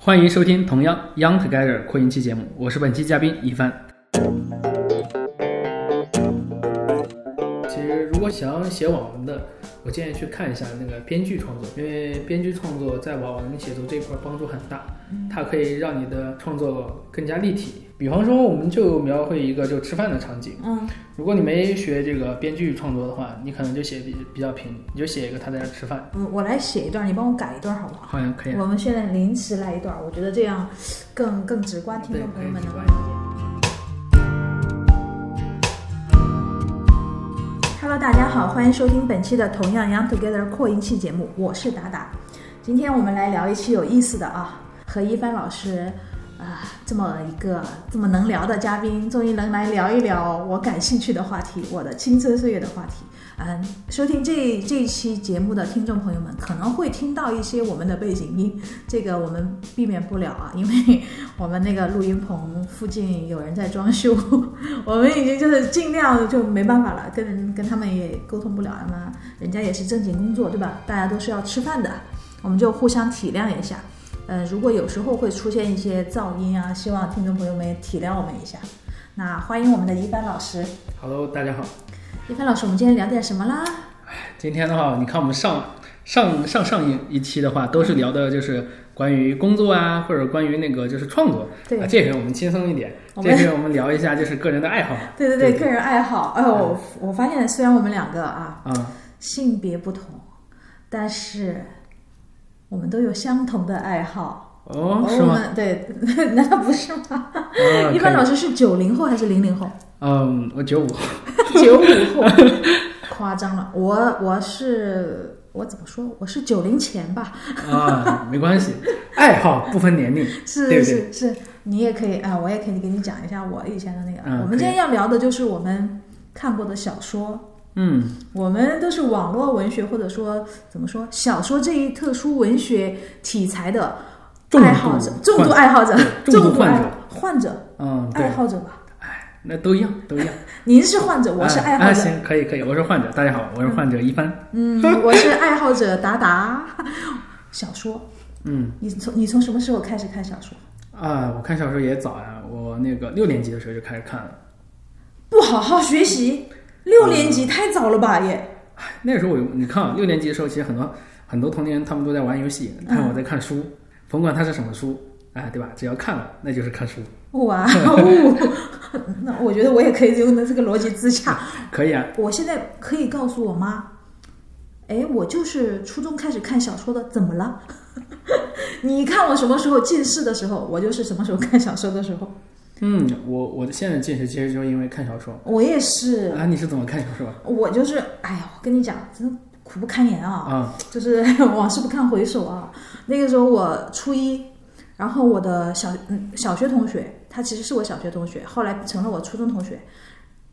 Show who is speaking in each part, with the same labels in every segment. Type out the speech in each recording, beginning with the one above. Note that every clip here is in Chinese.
Speaker 1: 欢迎收听同样 Young Together 扩音器节目，我是本期嘉宾一帆。其实如果想要写网文的，我建议去看一下那个编剧创作，因为编剧创作在网文写作这一块帮助很大，它可以让你的创作更加立体。比方说，我们就描绘一个就吃饭的场景。
Speaker 2: 嗯
Speaker 1: 如果你没学这个编剧创作的话，你可能就写比比较平，你就写一个他在那吃饭，
Speaker 2: 嗯，我来写一段，你帮我改一段好不好？
Speaker 1: 好像可以了。
Speaker 2: 我们现在临时来一段，我觉得这样更更直观，听
Speaker 1: 对
Speaker 2: 众朋友们
Speaker 1: 可以
Speaker 2: 能够
Speaker 1: 直观
Speaker 2: 了解。Hello，大家好，欢迎收听本期的《同样 Young Together》扩音器节目，我是达达。今天我们来聊一期有意思的啊，和一帆老师啊这么一个这么能聊的嘉宾，终于能来聊一聊我感兴趣的话题，我的青春岁月的话题。嗯，收听这这一期节目的听众朋友们可能会听到一些我们的背景音，这个我们避免不了啊，因为我们那个录音棚附近有人在装修， 我们已经就是尽量就没办法了，跟跟他们也沟通不了了嘛，人家也是正经工作对吧？大家都是要吃饭的，我们就互相体谅一下。呃，如果有时候会出现一些噪音啊，希望听众朋友们也体谅我们一下。那欢迎我们的一帆老师，
Speaker 1: Hello，大家好。
Speaker 2: 一帆老师，我们今天聊点什么啦？
Speaker 1: 今天的话，你看我们上上上上一一期的话，都是聊的就是关于工作啊，或者关于那个就是创作。
Speaker 2: 对
Speaker 1: 啊，这回我们轻松一点，
Speaker 2: 我
Speaker 1: 这
Speaker 2: 们
Speaker 1: 回我们聊一下就是个人的爱好
Speaker 2: 对对
Speaker 1: 对
Speaker 2: 对，
Speaker 1: 对
Speaker 2: 个人爱好。哎呦，我我发现虽然我们两个啊
Speaker 1: 啊。
Speaker 2: 性别不同，但是我们都有相同的爱好。
Speaker 1: 哦，是
Speaker 2: 我
Speaker 1: 吗？
Speaker 2: 们对， 难道不是吗？
Speaker 1: 啊，可
Speaker 2: 一
Speaker 1: 以
Speaker 2: 般。老师是九零后还是零零 后？
Speaker 1: 嗯，我九五后。
Speaker 2: 九五后，夸张了。我我是我怎么说？我是九零前吧？
Speaker 1: 啊，没关系， 爱好不分年龄。
Speaker 2: 是
Speaker 1: 对对
Speaker 2: 是是，你也可以啊，我也可以给你讲一下我以前的那个。
Speaker 1: 嗯
Speaker 2: 我们今天要聊的就是我们看过的小说。
Speaker 1: 嗯，
Speaker 2: 我们都是网络文学，或者说怎么说，小说这一特殊文学题材的
Speaker 1: 重度
Speaker 2: 爱好者，重
Speaker 1: 患
Speaker 2: 度爱好者，
Speaker 1: 重度
Speaker 2: 爱
Speaker 1: 患者。
Speaker 2: 患者，
Speaker 1: 嗯，对
Speaker 2: 爱，好者吧。
Speaker 1: 哎，那都一样，都一样。
Speaker 2: 您是患者，我是爱
Speaker 1: 啊啊
Speaker 2: 好者。
Speaker 1: 行，可以可以，我是患者，大家好，我是患者一帆。
Speaker 2: 嗯，我是爱好者达达。 小说，
Speaker 1: 嗯
Speaker 2: 你从你从什么时候开始看小说？
Speaker 1: 啊，我看小说也早呀，我那个六年级的时候就开始看了。
Speaker 2: 不好好学习，六年
Speaker 1: 嗯
Speaker 2: 级太早了吧也。
Speaker 1: 哎，那时候我你看啊，六年级的时候，其实很多很多同龄人他们都在玩游戏，看我
Speaker 2: 嗯
Speaker 1: 在看书，甭管它是什么书，哎，对吧？只要看了，那就是看书，
Speaker 2: 哇哦， 那我觉得我也可以用的这个逻辑自洽。
Speaker 1: 可以啊。
Speaker 2: 我现在可以告诉我妈，哎，我就是初中开始看小说的，怎么了？ 你看我什么时候近视的时候，我就是什么时候看小说的时候。
Speaker 1: 嗯，我我现在近视其实就是因为看小说。
Speaker 2: 我也是，
Speaker 1: 啊，你是怎么看小说？
Speaker 2: 我就是，哎呀，我跟你讲，真的苦不堪言啊，
Speaker 1: 啊，
Speaker 2: 就是 往事不堪回首啊。那个时候我初一，然后我的小嗯小学同学，他其实是我小学同学，后来成了我初中同学，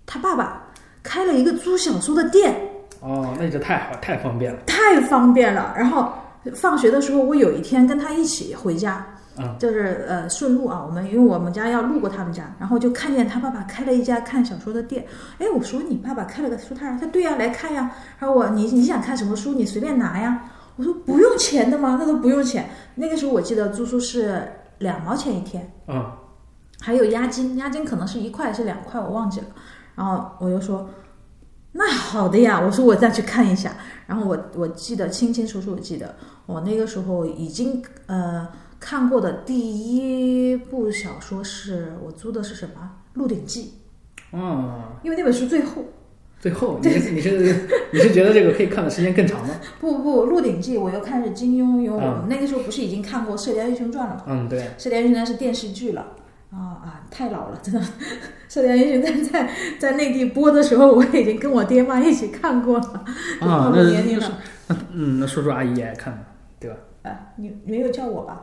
Speaker 2: 他爸爸开了一个租小说的店。
Speaker 1: 哦，那你这太好太方便了。
Speaker 2: 太方便了。然后放学的时候，我有一天跟他一起回家，
Speaker 1: 嗯
Speaker 2: 就是呃顺路啊，我们因为我们家要路过他们家，然后就看见他爸爸开了一家看小说的店。哎，我说你爸爸开了个书摊儿，他说对呀、来看呀。然后我你你想看什么书，你随便拿呀。我说不用钱的吗？那都不用钱。那个时候我记得租书是两毛钱一天。
Speaker 1: 啊，
Speaker 2: 还有押金，押金可能是一块还是两块，我忘记了。然后我就说，那好的呀，我说我再去看一下。然后我我记得清清楚楚，记得我那个时候已经呃看过的第一部小说是我租的是什么《鹿鼎记
Speaker 1: 哦，》，
Speaker 2: 因为那本书最厚。
Speaker 1: 最后你是你是 你是觉得这个可以看的时间更长吗？
Speaker 2: 不不，《鹿鼎记》我又看是金庸，因为我
Speaker 1: 嗯
Speaker 2: 们那个时候不是已经看过《射雕英雄传》了吗？
Speaker 1: 嗯，对，
Speaker 2: 《射雕英雄传》是电视剧了啊啊，太老了，真的。《射雕英雄传》在在内地播的时候，我已经跟我爹妈一起看过了，暴
Speaker 1: 啊，
Speaker 2: 露
Speaker 1: 那
Speaker 2: 哦年龄了。
Speaker 1: 那嗯，那叔叔阿姨也爱看嘛，对吧？
Speaker 2: 啊，你没有叫我吧？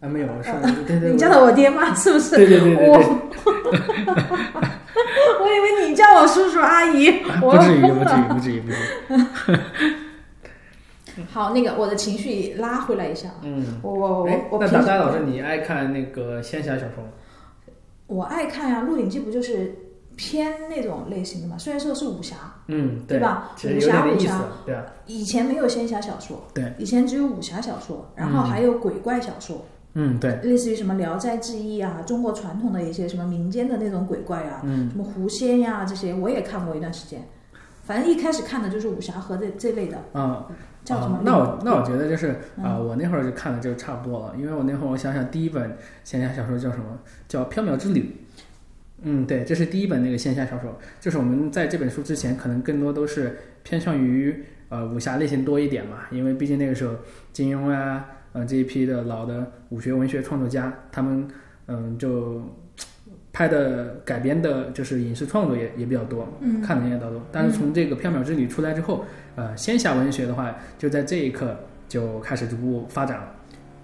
Speaker 1: 啊，没有，是
Speaker 2: 啊，
Speaker 1: 对对，
Speaker 2: 你叫
Speaker 1: 我
Speaker 2: 的我爹妈是不是？
Speaker 1: 对对对对对
Speaker 2: 我，我以为你叫我叔叔阿姨，
Speaker 1: 啊
Speaker 2: 我
Speaker 1: 不至于，不至于，不至于，不至于。
Speaker 2: 好，那个我的情绪拉回来一下啊，
Speaker 1: 嗯。
Speaker 2: 我我我
Speaker 1: 哎，
Speaker 2: 我
Speaker 1: 那
Speaker 2: 平
Speaker 1: 达
Speaker 2: 时
Speaker 1: 达老师，你爱看那个仙侠小说吗？
Speaker 2: 我爱看呀、鹿鼎记》不就是偏那种类型的嘛，虽然说是武侠，
Speaker 1: 嗯，
Speaker 2: 对吧
Speaker 1: 其实有点
Speaker 2: 武侠
Speaker 1: 这
Speaker 2: 武
Speaker 1: 意
Speaker 2: 侠
Speaker 1: 思，对啊，
Speaker 2: 以前没有仙侠小说，
Speaker 1: 对，
Speaker 2: 以前只有武侠小说，然后
Speaker 1: 嗯
Speaker 2: 还有鬼怪小说，
Speaker 1: 嗯，对，
Speaker 2: 类似于什么《聊斋志异》啊，中国传统的一些什么民间的那种鬼怪啊，
Speaker 1: 嗯
Speaker 2: 什么狐仙呀、这些，我也看过一段时间。反正一开始看的就是武侠和这这类的，
Speaker 1: 啊、
Speaker 2: 叫什么
Speaker 1: 啊？那我那我觉得就是
Speaker 2: 嗯
Speaker 1: 啊、我那会儿就看的就差不多了，因为我那会儿我想想，第一本仙侠小说叫什么？叫《缥缈之旅》。嗯，对，这是第一本那个仙侠小说，就是我们在这本书之前，可能更多都是偏向于呃武侠类型多一点嘛，因为毕竟那个时候金庸啊，呃这一批的老的武学文学创作家，他们嗯就拍的改编的，就是影视创作也也比较多，
Speaker 2: 嗯
Speaker 1: 看的也比较多。但是从这个《缥缈之旅》出来之后，呃，仙侠文学的话，就在这一刻就开始逐步发展了。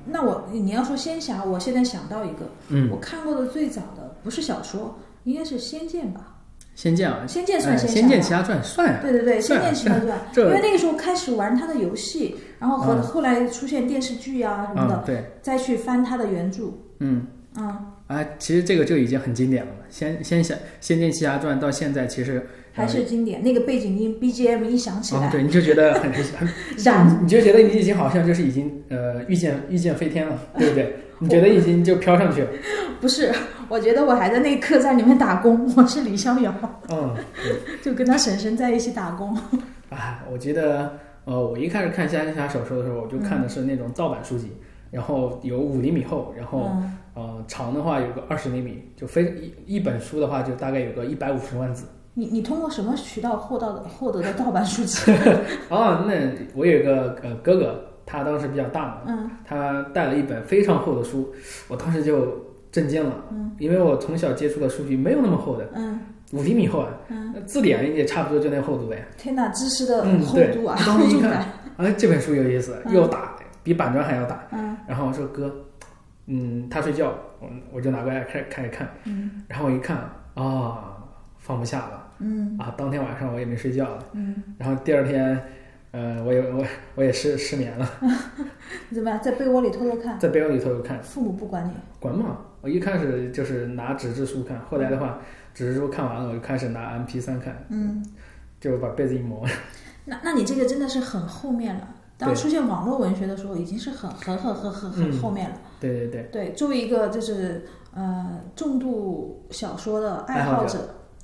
Speaker 2: 那我你要说仙侠，我现在想到一个，
Speaker 1: 嗯，
Speaker 2: 我看过的最早的不是小说，应该是《仙剑》吧，
Speaker 1: 仙剑啊，
Speaker 2: 《仙剑》
Speaker 1: 呃
Speaker 2: 算
Speaker 1: 《
Speaker 2: 仙侠吧？
Speaker 1: 仙剑奇侠传》算啊，
Speaker 2: 对对对，《仙
Speaker 1: 算
Speaker 2: 剑奇侠传》，
Speaker 1: 这
Speaker 2: 因为那个时候开始玩他的游戏，然后和
Speaker 1: 嗯
Speaker 2: 后来出现电视剧啊什么
Speaker 1: 嗯
Speaker 2: 的，，
Speaker 1: 对，
Speaker 2: 再去翻他的原著，
Speaker 1: 嗯，
Speaker 2: 嗯，
Speaker 1: 啊，其实这个就已经很经典了。仙仙侠《仙剑奇侠传》到现在其实
Speaker 2: 还是经典。那个背景音 BGM 一响起
Speaker 1: 哦，
Speaker 2: 来，
Speaker 1: 对，你就觉得很 很，
Speaker 2: 燃
Speaker 1: 你就觉得你已经好像就是已经呃御剑御剑飞天了，对不对？你觉得已经就飘上去了，
Speaker 2: 不是，我觉得我还在那个客栈里面打工，我是李逍遥，
Speaker 1: 嗯，
Speaker 2: 就跟他婶婶在一起打工。
Speaker 1: 啊，我记得，呃，我一开始看《仙侠小说》的时候，我就看
Speaker 2: 嗯
Speaker 1: 的是那种盗版书籍，然后有五厘米厚，然后、
Speaker 2: 嗯，
Speaker 1: 呃长的话有个二十厘米，就非一一本书的话就大概有个一百五十万字。
Speaker 2: 你你通过什么渠道获到的获得的盗版书籍？
Speaker 1: 哦，那我有一个呃哥哥，他当时比较大嘛，
Speaker 2: 嗯
Speaker 1: 他带了一本非常厚的书，我当时就震惊了，
Speaker 2: 嗯
Speaker 1: 因为我从小接触的书籍没有那么厚的，
Speaker 2: 嗯
Speaker 1: 五厘米厚啊，
Speaker 2: 嗯，
Speaker 1: 那字典也差不多就那厚度呗。
Speaker 2: 天哪，知识的
Speaker 1: 嗯
Speaker 2: 厚
Speaker 1: 对
Speaker 2: 度啊，
Speaker 1: 当
Speaker 2: 厚
Speaker 1: 时一
Speaker 2: 重
Speaker 1: 看
Speaker 2: 感。
Speaker 1: 啊，这本书有意思，
Speaker 2: 嗯
Speaker 1: 又大，比板砖还要大。
Speaker 2: 嗯
Speaker 1: 然后我说哥，嗯，他睡觉，我我就拿过来开开始看，
Speaker 2: 嗯
Speaker 1: 然后我一看啊、放不下了
Speaker 2: 嗯
Speaker 1: 啊，当天晚上我也没睡觉，
Speaker 2: 嗯，
Speaker 1: 然后第二天，呃，我也我我也失失眠了，
Speaker 2: 你怎么样，在被窝里偷偷看？
Speaker 1: 在被窝里头看，
Speaker 2: 父母不管你，
Speaker 1: 管嘛，我一开始就是拿纸质书看，后来的话，纸质书看完了，我就开始拿 M P 三看，
Speaker 2: 嗯，
Speaker 1: 就把被子一蒙，
Speaker 2: 那那你这个真的是很后面了。当
Speaker 1: 对
Speaker 2: 出现网络文学的时候，已经是很很很很很很
Speaker 1: 嗯
Speaker 2: 后面了。
Speaker 1: 对 对对，
Speaker 2: 对，作为一个就是呃重度小说的爱
Speaker 1: 爱好
Speaker 2: 好者，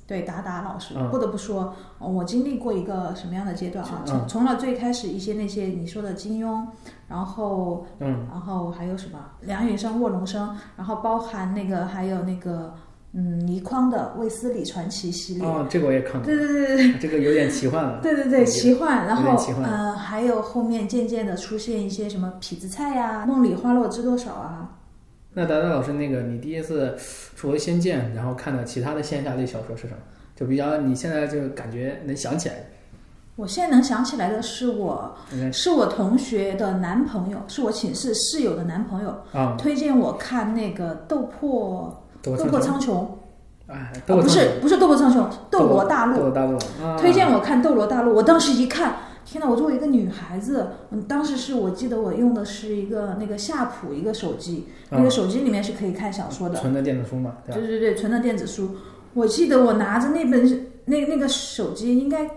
Speaker 2: 对达达老师，
Speaker 1: 嗯
Speaker 2: 不得不说，呃我经历过一个什么样的阶段啊？
Speaker 1: 嗯
Speaker 2: 从从了最开始一些那些你说的金庸，然后
Speaker 1: 嗯
Speaker 2: 然后还有什么梁羽生、卧龙生，然后包含那个还有那个嗯倪匡的《卫斯理传奇》系列，
Speaker 1: 哦，这个我也看过，
Speaker 2: 对对对对。
Speaker 1: 这个有点奇幻了，
Speaker 2: 对对
Speaker 1: 有
Speaker 2: 对，
Speaker 1: 点
Speaker 2: 奇幻，然
Speaker 1: 有点
Speaker 2: 后
Speaker 1: 奇幻
Speaker 2: 呃，还有后面渐渐的出现一些什么痞子蔡呀、梦里花落知多少啊，
Speaker 1: 那达达老师，那个你第一次除了《仙剑》，然后看的其他的仙侠类小说是什么？就比较你现在就感觉能想起来，
Speaker 2: 我现在能想起来的是我，
Speaker 1: 应该
Speaker 2: 是我同学的男朋友，是我寝室室友的男朋友
Speaker 1: 啊，
Speaker 2: 推荐我看那个《斗破
Speaker 1: 斗
Speaker 2: 斗
Speaker 1: 破
Speaker 2: 破
Speaker 1: 苍
Speaker 2: 苍穹》
Speaker 1: 穹啊，
Speaker 2: 啊，
Speaker 1: 斗破
Speaker 2: 不
Speaker 1: 苍穹
Speaker 2: 是不是《斗破苍穹》，《斗罗大陆
Speaker 1: 斗》罗大陆，啊
Speaker 2: 推荐我看《斗罗大陆》，我当时一看，天哪！我作为一个女孩子，嗯，当时是我记得我用的是一个那个夏普一个手机，
Speaker 1: 嗯啊
Speaker 2: 那个手机里面是可以看小说的，
Speaker 1: 存的电子书嘛，对吧？
Speaker 2: 对对对，存的电子书。我记得我拿着那本那那个手机，应该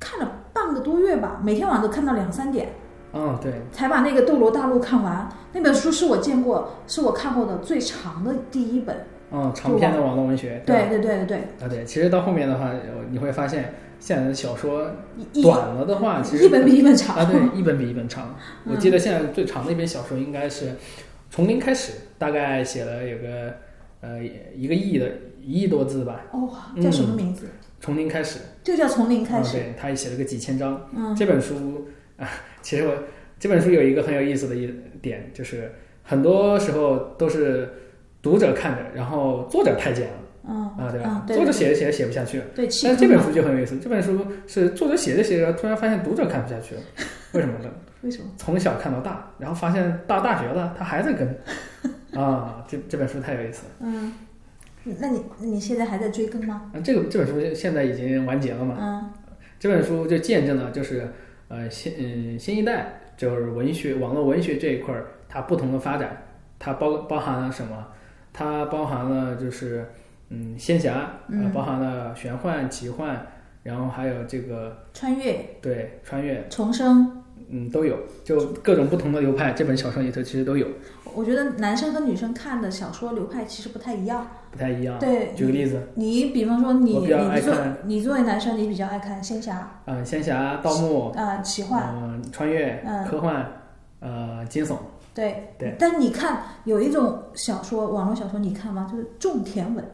Speaker 2: 看了半个多月吧，每天晚上都看到两三点，
Speaker 1: 嗯，对，
Speaker 2: 才把那个《斗罗大陆》看完。那本书是我见过，是我看过的最长的第一本。
Speaker 1: 嗯，长篇的网络文学，
Speaker 2: 对
Speaker 1: 吧
Speaker 2: 对对对对，
Speaker 1: 啊，哎对，其实到后面的话，呃你会发现现在的小说
Speaker 2: 一一
Speaker 1: 短了的话，其实
Speaker 2: 一本比一本长。
Speaker 1: 啊，对，一本比一本长。
Speaker 2: 嗯
Speaker 1: 我记得现在最长的一本小说应该是从零开始，大概写了有个呃一个亿的一亿多字吧，
Speaker 2: 哦，叫什么名字？
Speaker 1: 从零开始。
Speaker 2: 就叫从零开始。
Speaker 1: 啊、对，他也写了个几千章。
Speaker 2: 嗯
Speaker 1: 这本书啊，其实我这本书有一个很有意思的一点，就是很多时候都是读者看着，然后作者太监了
Speaker 2: 嗯
Speaker 1: 啊，对吧
Speaker 2: 嗯？对
Speaker 1: 作者写着写着写不下去了，
Speaker 2: 对，弃
Speaker 1: 但是这
Speaker 2: 坑
Speaker 1: 本
Speaker 2: 嘛？
Speaker 1: 书就很有意思。这本书是作者写着写着，突然发现读者看不下去 了，为什么呢？
Speaker 2: 为什么？
Speaker 1: 从小看到大，然后发现到大学了，他还在跟啊，这这本书太有意思了。
Speaker 2: 嗯，那你你现在还在追更吗？
Speaker 1: 啊，这个这本书现在已经完结了嘛？
Speaker 2: 嗯
Speaker 1: 这本书就见证了，就是呃新嗯新一代就是文学网络文学这一块儿它不同的发展，它包包含了什么？它包含了就是嗯仙侠啊、
Speaker 2: 嗯
Speaker 1: 包含了玄幻、奇幻，然后还有这个
Speaker 2: 穿越、
Speaker 1: 对穿越，
Speaker 2: 重生，
Speaker 1: 嗯都有，就各种不同的流派，这本小说里头其实都有，
Speaker 2: 我觉得男生跟女生看的小说流派其实不太一样。
Speaker 1: 不太一样。
Speaker 2: 对
Speaker 1: 举个例子，
Speaker 2: 你比方说你
Speaker 1: 啊我比较
Speaker 2: 你
Speaker 1: 爱
Speaker 2: 作
Speaker 1: 看
Speaker 2: 你作为男生，你比较爱看仙侠
Speaker 1: 嗯、仙侠、盗墓，
Speaker 2: 啊、奇幻，
Speaker 1: 嗯、穿越、
Speaker 2: 嗯
Speaker 1: 科幻，呃，惊悚，
Speaker 2: 对。
Speaker 1: 对
Speaker 2: 但你看有一种小说，网络小说你看吗？就是种田文，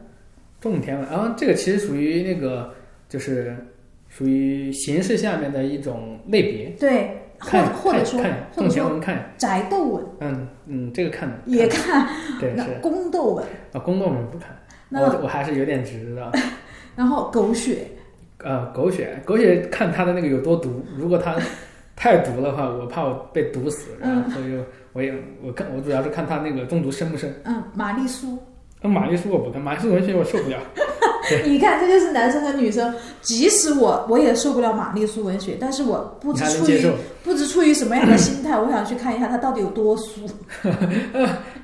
Speaker 1: 种田文，然后这个其实属于那个就是属于形式下面的一种类别，
Speaker 2: 对，或
Speaker 1: 看
Speaker 2: 或者
Speaker 1: 看
Speaker 2: 说
Speaker 1: 看
Speaker 2: 或
Speaker 1: 种
Speaker 2: 者
Speaker 1: 田
Speaker 2: 说
Speaker 1: 文看，
Speaker 2: 宅斗文
Speaker 1: 嗯嗯，这个看的
Speaker 2: 也看，
Speaker 1: 对
Speaker 2: 那
Speaker 1: 是
Speaker 2: 宫斗文，
Speaker 1: 啊，宫斗我们不看，
Speaker 2: 那
Speaker 1: 我我还是有点直的。
Speaker 2: 然后狗血，
Speaker 1: 呃，狗血，狗血看他的那个有多毒，如果他太毒的话，我怕我被毒死，然
Speaker 2: 嗯
Speaker 1: 后所以就我也我看我主要是看他那个中毒深不深。
Speaker 2: 嗯，玛丽苏，
Speaker 1: 那玛丽苏我不看，玛丽苏文学我受不了。
Speaker 2: 你看这就是男生跟女生，即使我我也受不了玛丽苏文学，但是我不
Speaker 1: 你
Speaker 2: 知
Speaker 1: 还能
Speaker 2: 出
Speaker 1: 接
Speaker 2: 于
Speaker 1: 受？
Speaker 2: 不知出于什么样的心态，我想去看一下它到底有多俗。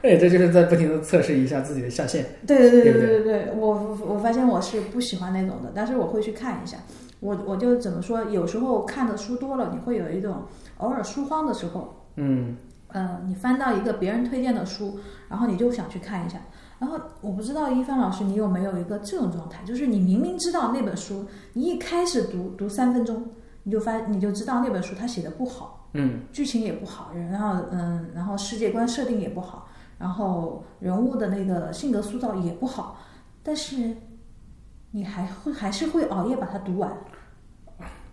Speaker 1: 哎，这就是在不停的测试一下自己的下限。
Speaker 2: 对对
Speaker 1: 对
Speaker 2: 对
Speaker 1: 不
Speaker 2: 对对对，我我我发现我是不喜欢那种的，但是我会去看一下。我我就怎么说，有时候看的书多了，你会有一种偶尔书荒的时候，
Speaker 1: 嗯，
Speaker 2: 呃，你翻到一个别人推荐的书，然后你就想去看一下。然后我不知道一帆老师，你有没有一个这种状态，就是你明明知道那本书，你一开始读读三分钟，你就发你就知道那本书它写的不好，
Speaker 1: 嗯，
Speaker 2: 剧情也不好，然后嗯，然后世界观设定也不好，然后人物的那个性格塑造也不好，但是你还会还是会熬夜把它读完。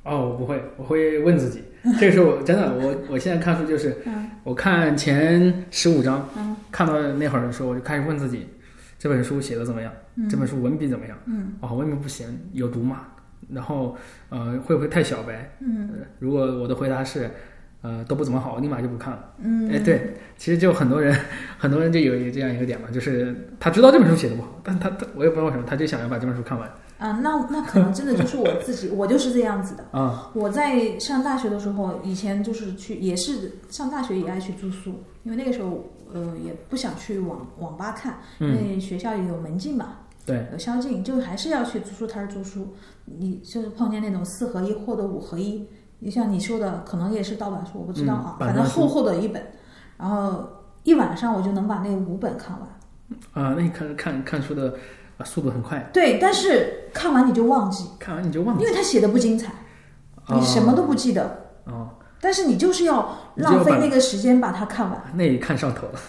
Speaker 1: 哦，我不会，我会问自己。这个是我真的，我我现在看书就是，
Speaker 2: 嗯
Speaker 1: 我看前十五章，
Speaker 2: 嗯
Speaker 1: 看到那会儿的时候，我就开始问自己，这本书写的怎么样？这本书文笔怎么样？
Speaker 2: 嗯
Speaker 1: 哦，文笔不行，有毒吗？然后，呃，会不会太小白？
Speaker 2: 嗯
Speaker 1: 呃如果我的回答是，呃，都不怎么好，我立马就不看了。
Speaker 2: 嗯，
Speaker 1: 哎，对，其实就很多人， 很多人就有有这样一个点嘛，就是他知道这本书写的不好，但他他我也不知道为什么，他就想要把这本书看完
Speaker 2: 啊，那那可能真的就是我自己， 我就是这样子的。
Speaker 1: 啊、
Speaker 2: 我在上大学的时候，以前就是去，也是上大学也爱去住宿，因为那个时候呃也不想去网网吧看，因
Speaker 1: 嗯，
Speaker 2: 为学校也有门禁嘛，
Speaker 1: 对，
Speaker 2: 有宵禁，就还是要去租书摊儿租书。你就是碰见那种四合一或者五合一，你像你说的，可能也是盗版书，我不知道啊，
Speaker 1: 嗯
Speaker 2: 反
Speaker 1: 版
Speaker 2: 正
Speaker 1: 权
Speaker 2: 厚厚的一本，然后一晚上我就能把那五本看完。
Speaker 1: 啊、那你看看看书的、啊速度很快，
Speaker 2: 对，但是看完你就忘记，
Speaker 1: 看完你就忘
Speaker 2: 因
Speaker 1: 记
Speaker 2: 为他写的不精彩，你什么都不记得，
Speaker 1: 啊、哦
Speaker 2: 但是你就是要
Speaker 1: 你就要
Speaker 2: 浪费
Speaker 1: 把
Speaker 2: 那个时间把它看完。
Speaker 1: 那也看上头了，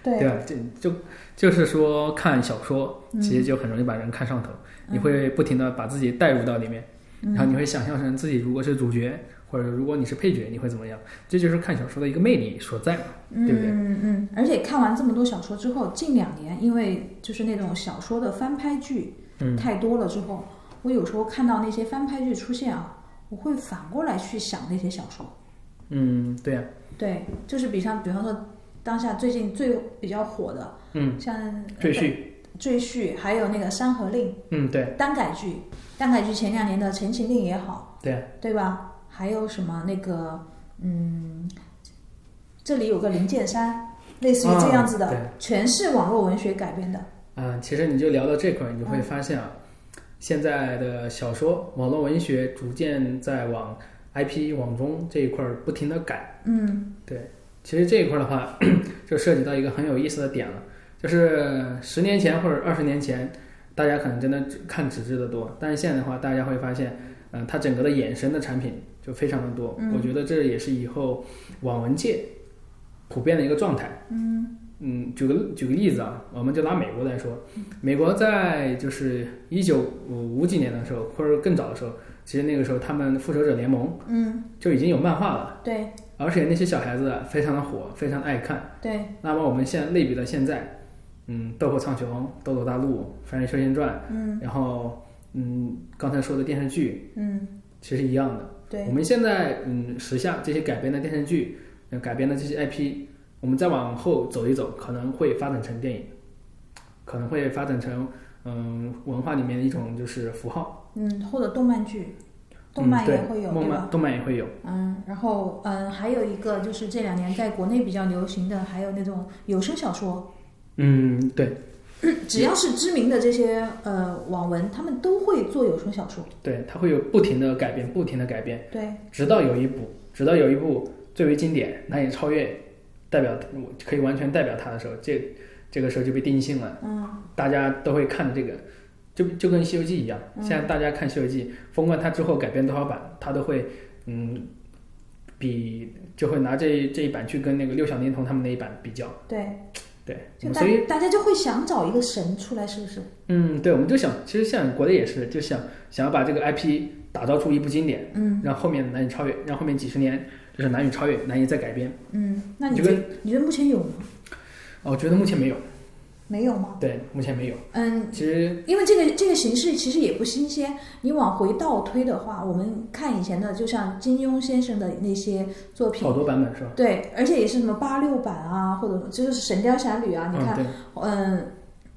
Speaker 2: 对，嗯
Speaker 1: 对吧？这就就是说看小说，其实就很容易把人看上头，你会不停的把自己带入到里面，
Speaker 2: 嗯
Speaker 1: 然后你会想象成自己如果是主角，或者如果你是配角，你会怎么样？这就是看小说的一个魅力所在嘛，对不对？
Speaker 2: 嗯嗯，而且看完这么多小说之后，近两年因为就是那种小说的翻拍剧
Speaker 1: 嗯
Speaker 2: 太多了之后，我有时候看到那些翻拍剧出现啊，我会反过来去想那些小说。
Speaker 1: 嗯，对呀、
Speaker 2: 对，就是比方比方说当下最近最比较火的，
Speaker 1: 嗯，
Speaker 2: 像
Speaker 1: 赘婿，
Speaker 2: 赘婿，还有那个《山河令
Speaker 1: 嗯，对》
Speaker 2: 单改剧，单改剧前两年的《陈情令》也好，
Speaker 1: 对啊呀、
Speaker 2: 对吧？还有什么那个嗯，这里有个灵剑山。类似于这样子的，
Speaker 1: 啊对
Speaker 2: 全是网络文学改编的。
Speaker 1: 啊，其实你就聊到这块儿，你就会发现啊，现在的小说、网络文学逐渐在往 IP 网中这一块儿不停的改。
Speaker 2: 嗯
Speaker 1: 其实这一块儿的话， 就涉及到一个很有意思的点了，就是十年前或者二十年前，大家可能真的只看纸质的多，但是现在的话，大家会发现，嗯、它整个的衍生的产品就非常的多。
Speaker 2: 嗯
Speaker 1: 我觉得这也是以后网文界普遍的一个状态。
Speaker 2: 嗯
Speaker 1: 嗯，举个举个例子啊，我们就拿美国来说，
Speaker 2: 嗯
Speaker 1: 美国在就是一九五五几年的时候，或者更早的时候，其实那个时候他们复仇者联盟
Speaker 2: 嗯，
Speaker 1: 就已经有漫画了，
Speaker 2: 对
Speaker 1: 而且那些小孩子啊非常的火，非常爱看。
Speaker 2: 对，
Speaker 1: 那么我们现在类比到现在，嗯，《斗破苍穹》《斗罗大陆》《凡人修仙传》，
Speaker 2: 嗯
Speaker 1: 然后嗯，刚才说的电视剧
Speaker 2: 嗯
Speaker 1: 其实一样的。我
Speaker 2: 对，
Speaker 1: 们现在嗯，时下这些改编的电视剧，呃改编的这些 IP，我们再往后走一走，可能会发展成电影，可能会发展成嗯文化里面的一种就是符号，
Speaker 2: 嗯，或者动漫剧，动漫
Speaker 1: 嗯、对
Speaker 2: 也会有，
Speaker 1: 动
Speaker 2: 对
Speaker 1: 漫
Speaker 2: 吧？
Speaker 1: 动漫也会有，
Speaker 2: 嗯，然后嗯，还有一个就是这两年在国内比较流行的，还有那种有声小说，
Speaker 1: 嗯，对，
Speaker 2: 只要是知名的这些呃网文，他们都会做有声小说。
Speaker 1: 对，它会有不停的改变，不停的改变，
Speaker 2: 对，
Speaker 1: 直到有一部，直到有一部最为经典、难以超越，代表可以完全代表它的时候，这这个时候就被定性了，
Speaker 2: 嗯，
Speaker 1: 大家都会看这个，就就跟《西游记》一样，
Speaker 2: 嗯
Speaker 1: 现在大家看《西游记》，封冠它之后改编多少版，它都会嗯，比就会拿这这一版去跟那个六小龄童他们那一版比较，
Speaker 2: 对，
Speaker 1: 对，
Speaker 2: 就
Speaker 1: 嗯
Speaker 2: 大
Speaker 1: 所以
Speaker 2: 大家就会想找一个神出来，是不是？
Speaker 1: 嗯，对，我们就想，其实像国内也是，就想想要把这个 IP 打造出一部经典。
Speaker 2: 嗯
Speaker 1: 让后面难以超越，让后面几十年就是难以超越，难以再改编。
Speaker 2: 嗯，那你
Speaker 1: 这
Speaker 2: 觉
Speaker 1: 个
Speaker 2: 得你觉得目前有吗？
Speaker 1: 啊，我觉得目前没有，
Speaker 2: 没有吗？
Speaker 1: 对，目前没有。
Speaker 2: 嗯，
Speaker 1: 其实，
Speaker 2: 因为这个这个形式其实也不新鲜。你往回倒推的话，我们看以前的，就像金庸先生的那些作品
Speaker 1: 好，多版本是吧？
Speaker 2: 对，而且也是什么八六版啊，或者就是《神雕侠侣》啊，你
Speaker 1: 嗯，
Speaker 2: 看，
Speaker 1: 对，
Speaker 2: 嗯。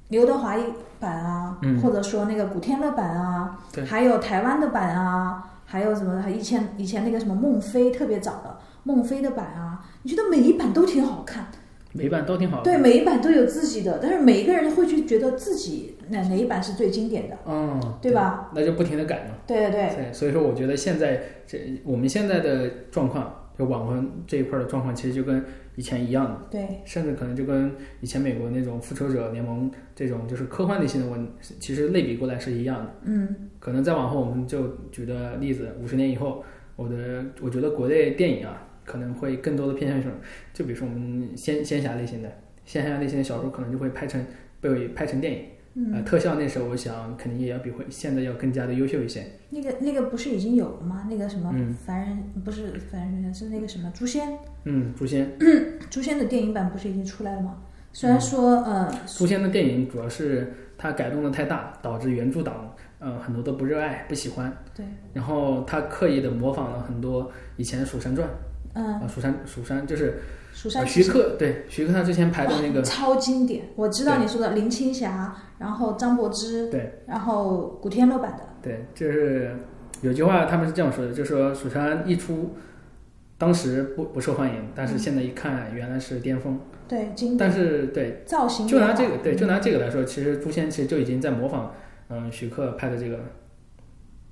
Speaker 2: 刘德华一版啊，
Speaker 1: 嗯
Speaker 2: 或者说那个古天乐版啊，
Speaker 1: 对
Speaker 2: 还有台湾的版啊，还有什么？还以前以前那个什么孟非特别早的孟非的版啊，你觉得每一版都挺好看，
Speaker 1: 每一版都挺好的。
Speaker 2: 对，，每一版都有自己的，但是每一个人会去觉得自己哪哪一版是最经典的，
Speaker 1: 嗯，
Speaker 2: 对吧？
Speaker 1: 那就不停的改嘛。
Speaker 2: 对对对，
Speaker 1: 对，所以说我觉得现在这我们现在的状况，就网文这一块的状况，其实就跟以前一样的，
Speaker 2: 对，
Speaker 1: 甚至可能就跟以前美国那种复仇者联盟这种就是科幻类型的文，其实类比过来是一样的。
Speaker 2: 嗯
Speaker 1: 可能再往后，我们就举的例子，五十年以后，我的我觉得国内电影啊，可能会更多的偏向于什么？就比如说我们仙仙侠类型的，仙侠类型的小说可能就会拍成被拍成电影，呃，
Speaker 2: 嗯，
Speaker 1: 特效那时候我想肯定也要比会现在要更加的优秀一些。
Speaker 2: 那个那个不是已经有了吗？那个什么
Speaker 1: 嗯
Speaker 2: 凡人、不是凡人，是那个什么诛仙，
Speaker 1: 嗯，诛仙，
Speaker 2: 诛仙的电影版不是已经出来了吗？虽
Speaker 1: 嗯
Speaker 2: 然说，呃，
Speaker 1: 诛仙的电影主要是它改动的太大，导致原著党呃很多都不热爱、不喜欢，
Speaker 2: 对，
Speaker 1: 然后他刻意的模仿了很多以前《蜀山传》
Speaker 2: 嗯、
Speaker 1: 啊，《蜀山》《蜀山》就是
Speaker 2: 蜀
Speaker 1: 呃
Speaker 2: 山哦
Speaker 1: 徐克对徐克他之前拍的那个
Speaker 2: 超经典，我知道
Speaker 1: 对
Speaker 2: 你说的林青霞，然后张柏芝，
Speaker 1: 对，
Speaker 2: 然后古天乐版的，
Speaker 1: 对，就是有句话他们是这样说的，就说《蜀山》一出，当时不不受欢迎，
Speaker 2: 嗯
Speaker 1: 但是现在一看原来是巅峰。
Speaker 2: 对，经
Speaker 1: 但
Speaker 2: 典
Speaker 1: 是对，
Speaker 2: 造型
Speaker 1: 就拿
Speaker 2: 也好
Speaker 1: 这个对，就拿这个来说，其实《诛仙》其实就已经在模仿嗯徐克拍的这个了。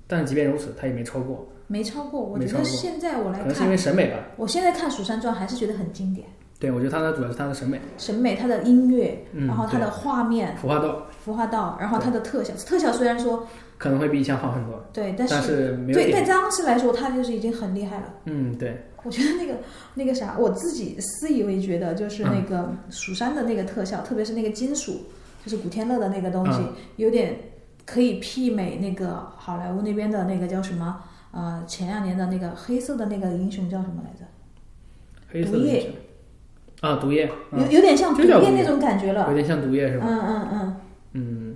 Speaker 1: 但是即便如此，他也没超过，
Speaker 2: 没超过，我
Speaker 1: 没
Speaker 2: 觉
Speaker 1: 超
Speaker 2: 得
Speaker 1: 过
Speaker 2: 现在我来
Speaker 1: 可能是因
Speaker 2: 看，
Speaker 1: 为审美吧。
Speaker 2: 我现在看《蜀山传》还是觉得很经典，
Speaker 1: 对，我觉得他的主要是他的审美，
Speaker 2: 审美，它的音乐，
Speaker 1: 嗯，
Speaker 2: 然后它的画面
Speaker 1: 对。服化道
Speaker 2: 服化道，然后它的特效，特效虽然说
Speaker 1: 可能会比以前好很多，
Speaker 2: 对，但
Speaker 1: 但
Speaker 2: 是
Speaker 1: 是没有
Speaker 2: 对
Speaker 1: 点，
Speaker 2: 对张氏来说，他就是已经很厉害了。
Speaker 1: 嗯，对，
Speaker 2: 我觉得那个 那个啥，我自己私以为觉得就是
Speaker 1: 嗯
Speaker 2: 那个蜀山的那个特效，特别是那个金属，就是古天乐的那个东西，
Speaker 1: 嗯
Speaker 2: 有点可以媲美那个好莱坞那边的那个叫什么？呃，前两年的那个黑色的那个英雄叫什么来着？
Speaker 1: 黑色
Speaker 2: 毒
Speaker 1: 的
Speaker 2: 液
Speaker 1: 东西啊，毒液，嗯，
Speaker 2: 有有点像毒
Speaker 1: 就叫
Speaker 2: 液
Speaker 1: 毒液
Speaker 2: 那种感觉了
Speaker 1: 有。点像毒液是
Speaker 2: 嗯
Speaker 1: 吧？
Speaker 2: 嗯嗯，
Speaker 1: 嗯，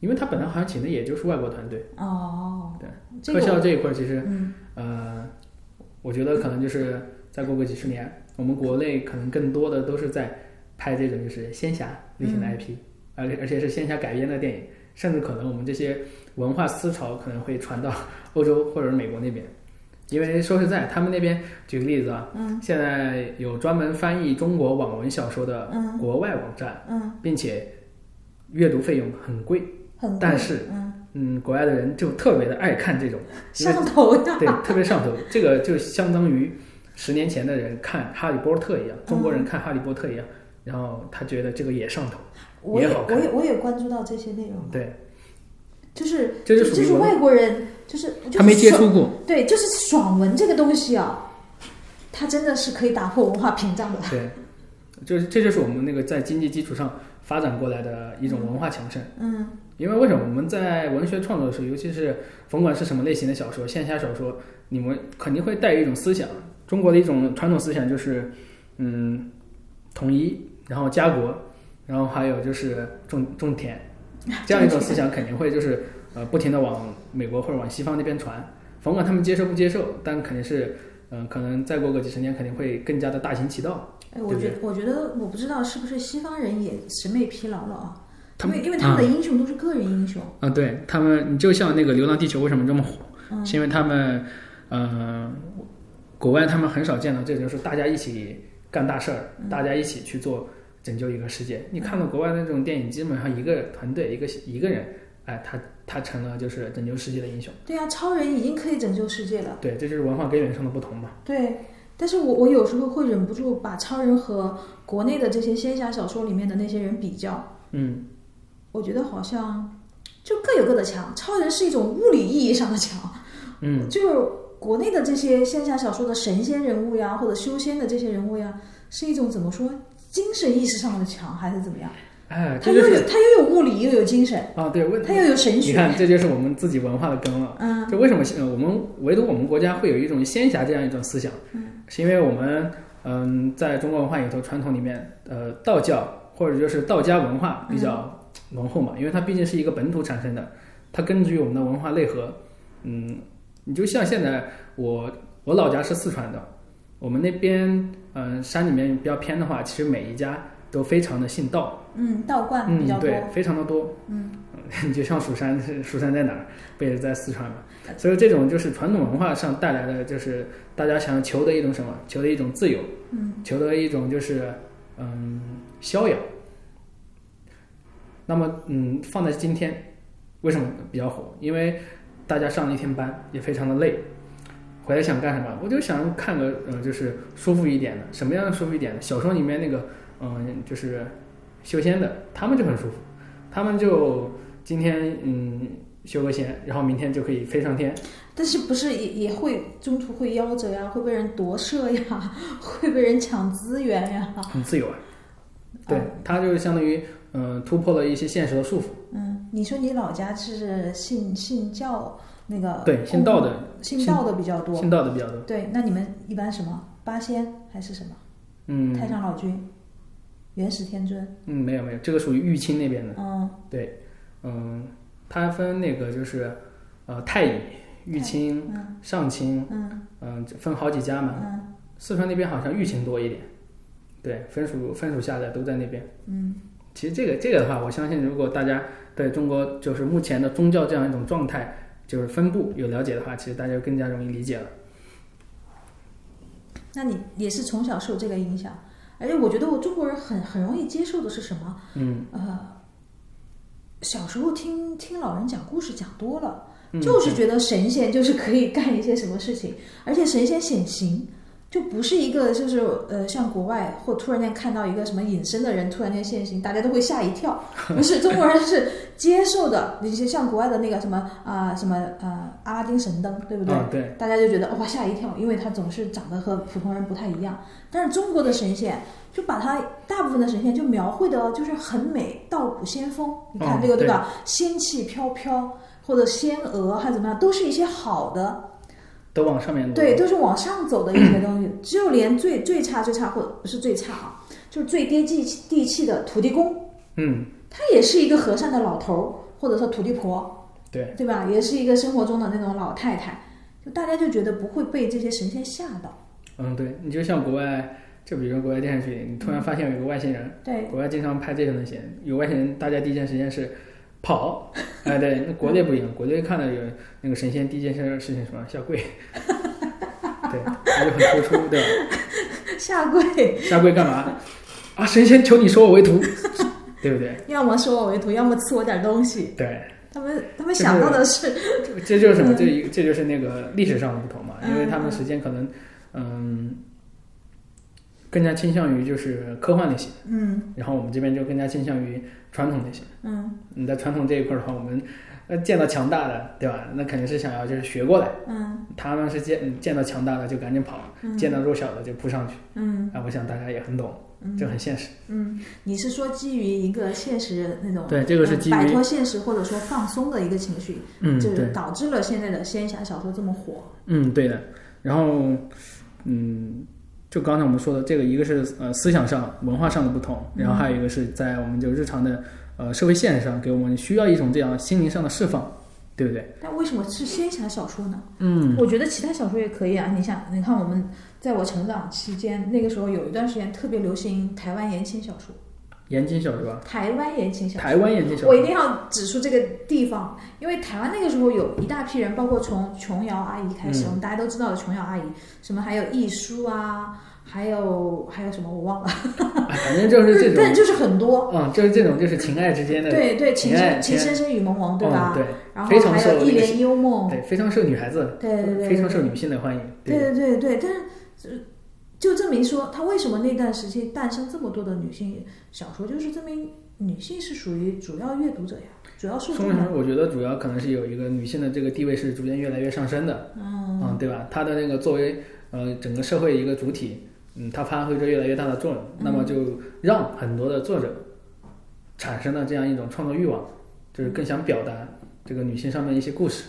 Speaker 1: 因为他本来好像请的也就是外国团队，
Speaker 2: 哦，
Speaker 1: 对，
Speaker 2: 这
Speaker 1: 特
Speaker 2: 个
Speaker 1: 效
Speaker 2: 我
Speaker 1: 这一块其实
Speaker 2: 嗯
Speaker 1: 呃，我觉得可能就是再过个几十年，我们国内可能更多的都是在拍这种就是仙侠类型的
Speaker 2: 嗯
Speaker 1: IP，而、且而且是仙侠改编的电影，甚至可能我们这些文化思潮可能会传到 欧洲或者是美国那边，因为说实在，他们那边举个例子啊，
Speaker 2: 嗯
Speaker 1: 现在有专门翻译中国网文小说的
Speaker 2: 嗯
Speaker 1: 国外网站，
Speaker 2: 嗯，
Speaker 1: 并且阅读费用很贵，
Speaker 2: 很
Speaker 1: 但
Speaker 2: 贵
Speaker 1: 是
Speaker 2: 嗯。
Speaker 1: 嗯，国外的人就特别的爱看 这种。
Speaker 2: 上头呀！
Speaker 1: 对，特别上头。这个就相当于十年前的人看《哈利波特》一样，
Speaker 2: 嗯
Speaker 1: 中国人看《哈利波特》一样，然后他觉得这个也上头。
Speaker 2: 我也
Speaker 1: 也好
Speaker 2: 我
Speaker 1: 看
Speaker 2: 也我也关注到这些内容，
Speaker 1: 对，
Speaker 2: 就是
Speaker 1: 这
Speaker 2: 就是
Speaker 1: 属于文
Speaker 2: 外国人，就是就是
Speaker 1: 他没接
Speaker 2: 爽
Speaker 1: 触 过。
Speaker 2: 对，就是爽文这个东西啊，它真的是可以打破文化屏障的。
Speaker 1: 对，就是这就是我们那个在经济基础上发展过来的一种文化强盛。
Speaker 2: 嗯
Speaker 1: 因为为什么我们在文学创作的时候，尤其是甭管是什么类型的小说，仙侠小说，你们肯定会带一种思想，中国的一种传统思想就是，嗯，统一，然后家国，然后还有就是种种田，这样一种思想肯定会就是呃不停的往美国或者往西方那边传，甭管他们接受不接受，但肯定是嗯、呃可能再过个几十年肯定会更加的大行其道。
Speaker 2: 哎，我
Speaker 1: 对不
Speaker 2: 觉
Speaker 1: 对
Speaker 2: 得我觉得我不知道是不是西方人也审美疲劳了啊，
Speaker 1: 他
Speaker 2: 因
Speaker 1: 们
Speaker 2: 为因为他们的英雄都是个人英雄，
Speaker 1: 啊，对他们，你就像那个《流浪地球》为什么这么火，
Speaker 2: 嗯
Speaker 1: 是因为他们，嗯、
Speaker 2: 嗯
Speaker 1: 国外他们很少见到这种，就是大家一起干大事儿，大家一起去做拯救一个世界。你看到国外那种电影，基本上一个团队、一个一个人，哎，他他成了就是拯救世界的英雄。
Speaker 2: 对啊，超人已经可以拯救世界了。
Speaker 1: 对，这就是文化根源上的不同嘛。
Speaker 2: 对，但是我我有时候会忍不住把超人和国内的这些仙侠小说里面的那些人比较，
Speaker 1: 嗯，
Speaker 2: 我觉得好像就各有各的强。超人是一种物理意义上的强，
Speaker 1: 嗯，
Speaker 2: 就是国内的这些仙侠小说的神仙人物呀，或者修仙的这些人物呀，是一种怎么说精神意识上的强，还是怎么样？
Speaker 1: 哎，
Speaker 2: 他
Speaker 1: 这就
Speaker 2: 又
Speaker 1: 是
Speaker 2: 有他又有物理，又有精神，
Speaker 1: 啊，对，问
Speaker 2: 他又有神
Speaker 1: 你
Speaker 2: 学，
Speaker 1: 看，这就是我们自己文化的根了。
Speaker 2: 嗯，
Speaker 1: 就为什么现呃我们唯独我们国家会有一种仙侠这样一种思想，是因为我们嗯在中国文化里头传统里面，呃道教或者就是道家文化比较浓厚嘛，因为它毕竟是一个本土产生的，它根植于我们的文化内核。嗯，你就像现在我我老家是四川的，我们那边嗯、呃山里面比较偏的话，其实每一家都非常的信道。
Speaker 2: 嗯，道观比较
Speaker 1: 嗯，
Speaker 2: 多，
Speaker 1: 对，非常的多。 嗯，你就像蜀山， 蜀山在哪儿？不也是在四川嘛？
Speaker 2: 呃
Speaker 1: 所以这种就是传统文化上带来的，就是大家想求的一种什么？求的一种自由，
Speaker 2: 嗯，
Speaker 1: 求的一种就是嗯逍遥。那么嗯，放在今天，为什么比较火？因为大家上了一天班，也非常的累。回来想干什么？我就想看个，呃，就是舒服一点的，什么样的舒服一点的？小说里面那个，嗯、就是修仙的，他们就很舒服，他们就今天嗯修个仙，然后明天就可以飞上天。
Speaker 2: 但是不是也也会中途会夭折呀，会被人夺舍呀， 会被人抢资源呀，
Speaker 1: 很自由啊。
Speaker 2: 哦
Speaker 1: 对，它就是相当于嗯、突破了一些现实的束缚，
Speaker 2: 嗯，你说你老家是信信教那个
Speaker 1: 对，信道的
Speaker 2: 信道的比较多，
Speaker 1: 信道的比较多。
Speaker 2: 对，那你们一般什么八仙还是什么
Speaker 1: 嗯
Speaker 2: 太上老君、元始天尊？
Speaker 1: 嗯，没有没有，这个属于玉清那边的。
Speaker 2: 嗯，
Speaker 1: 对，嗯，它分那个就是呃太乙、玉清、
Speaker 2: 嗯
Speaker 1: 上清，
Speaker 2: 嗯
Speaker 1: 嗯、分好几家嘛。
Speaker 2: 嗯
Speaker 1: 四川那边好像玉清多一点，对，分属分属下来都在那边。
Speaker 2: 嗯
Speaker 1: 其实这个这个的话，我相信如果大家对中国就是目前的宗教这样一种状态，就是分布有了解的话，其实大家就更加容易理解了。
Speaker 2: 那你也是从小受这个影响，而且我觉得我中国人很很容易接受的是什么？
Speaker 1: 嗯，
Speaker 2: 呃，小时候听听老人讲故事讲多了，
Speaker 1: 嗯
Speaker 2: 就是觉得神仙就是可以干一些什么事情，而且神仙显形，就不是一个就是呃像国外或突然间看到一个什么隐身的人突然间现形，大家都会吓一跳。不是中国人是接受的，你就像国外的那个什么啊、什么呃阿拉丁神灯，对不对？
Speaker 1: 啊对，
Speaker 2: 大家就觉得哇吓一跳，因为他总是长得和普通人不太一样。但是中国的神仙就把他大部分的神仙就描绘的就是很美，道骨仙风，你看
Speaker 1: 嗯
Speaker 2: 这个、对吧？仙气飘飘，或者仙娥还是怎么样，都是一些好的，
Speaker 1: 都往上面挪。
Speaker 2: 对，都是往上走的一些东西。只有连最最差最差，或者不是最差啊，就是最接地气地气的土地公，
Speaker 1: 嗯，
Speaker 2: 他也是一个和善的老头儿，或者说土地婆，
Speaker 1: 对，
Speaker 2: 对吧？也是一个生活中的那种老太太，就大家就觉得不会被这些神仙吓到。
Speaker 1: 嗯，对，你就像国外，就比如说国外电视剧，你突
Speaker 2: 嗯
Speaker 1: 然发现有个外星人，
Speaker 2: 对，
Speaker 1: 国外经常拍这些东西，有外星人，大家第一件时间是跑，哎、对，那国内不一样，国内看到有那个神仙，第一件事事情是什么下跪， 对，那就很突出，对吧？
Speaker 2: 下跪，
Speaker 1: 下跪干嘛？ 啊，神仙求你收我为徒， 对不对？
Speaker 2: 要么收我为徒，要么赐我点东西。
Speaker 1: 对，
Speaker 2: 他们他们
Speaker 1: 就是
Speaker 2: 想到的是，
Speaker 1: 这这就是什么？这一这就是那个历史上的不同嘛，
Speaker 2: 嗯
Speaker 1: 因为他们时间可能，嗯，更加倾向于就是科幻类型，
Speaker 2: 嗯
Speaker 1: 然后我们这边就更加倾向于传统类型。
Speaker 2: 嗯
Speaker 1: 你在传统这一块的话，我们呃见到强大的，对吧？那肯定是想要就是学过来，
Speaker 2: 嗯
Speaker 1: 他们是见见到强大的就赶紧跑，见到弱小的就扑上去。
Speaker 2: 嗯
Speaker 1: 啊，我想大家也很懂，这很现实。
Speaker 2: 嗯，你是说基于一个现实那种嗯
Speaker 1: 对这个是基于
Speaker 2: 摆脱现实或者说放松的一个情绪，
Speaker 1: 嗯，
Speaker 2: 就
Speaker 1: 对
Speaker 2: 是。导致了现在的仙侠小说这么火。
Speaker 1: 嗯，对的。然后，嗯，就刚才我们说的这个，一个是呃思想上、文化上的不同，然后还有一个是在我们就日常的呃社会现实上，给我们需要一种这样心灵上的释放，对不对？
Speaker 2: 但为什么是仙侠小说呢？
Speaker 1: 嗯，
Speaker 2: 我觉得其他小说也可以啊。你想，你看我们在我成长期间，那个时候有一段时间特别流行台湾言情小说，
Speaker 1: 言情小说，
Speaker 2: 台湾言情小说。
Speaker 1: 台湾言情小
Speaker 2: 我一
Speaker 1: 说，
Speaker 2: 定要指出这个地方，因为台湾那个时候有一大批
Speaker 1: 嗯
Speaker 2: 人，包括从琼瑶阿姨开始，我们大家都知道的琼瑶阿姨，什么还有亦舒啊，还有还有什么我忘了，
Speaker 1: 哎反正就是这
Speaker 2: 对，
Speaker 1: 种，
Speaker 2: 就是很多，
Speaker 1: 嗯，就是这种，就是情爱之间的，
Speaker 2: 对对，情
Speaker 1: 情爱
Speaker 2: 深情
Speaker 1: 情爱
Speaker 2: 深深雨蒙蒙，对吧
Speaker 1: 嗯，？对
Speaker 2: 然后
Speaker 1: 非常
Speaker 2: 还
Speaker 1: 受
Speaker 2: 有一
Speaker 1: 那个
Speaker 2: 帘幽梦，
Speaker 1: 对，非常受女孩子，
Speaker 2: 对对对，
Speaker 1: 非常受女性的欢迎，
Speaker 2: 对对对对，但是呃就证明说，他为什么那段时期诞生这么多的女性小说，就是证明女性是属于主要阅读者呀，主要受
Speaker 1: 宋
Speaker 2: 众
Speaker 1: 慧
Speaker 2: 呀。
Speaker 1: 乔，我觉得主要可能是有一个女性的这个地位是逐渐越来越上升的，嗯
Speaker 2: 嗯，
Speaker 1: 对吧？她的那个作为呃整个社会一个主体，嗯，她发挥着越来越大的作用，那
Speaker 2: 嗯
Speaker 1: 么就让很多的作者产生了这样一种创作欲望，就是更想表达这个女性上面一些故事。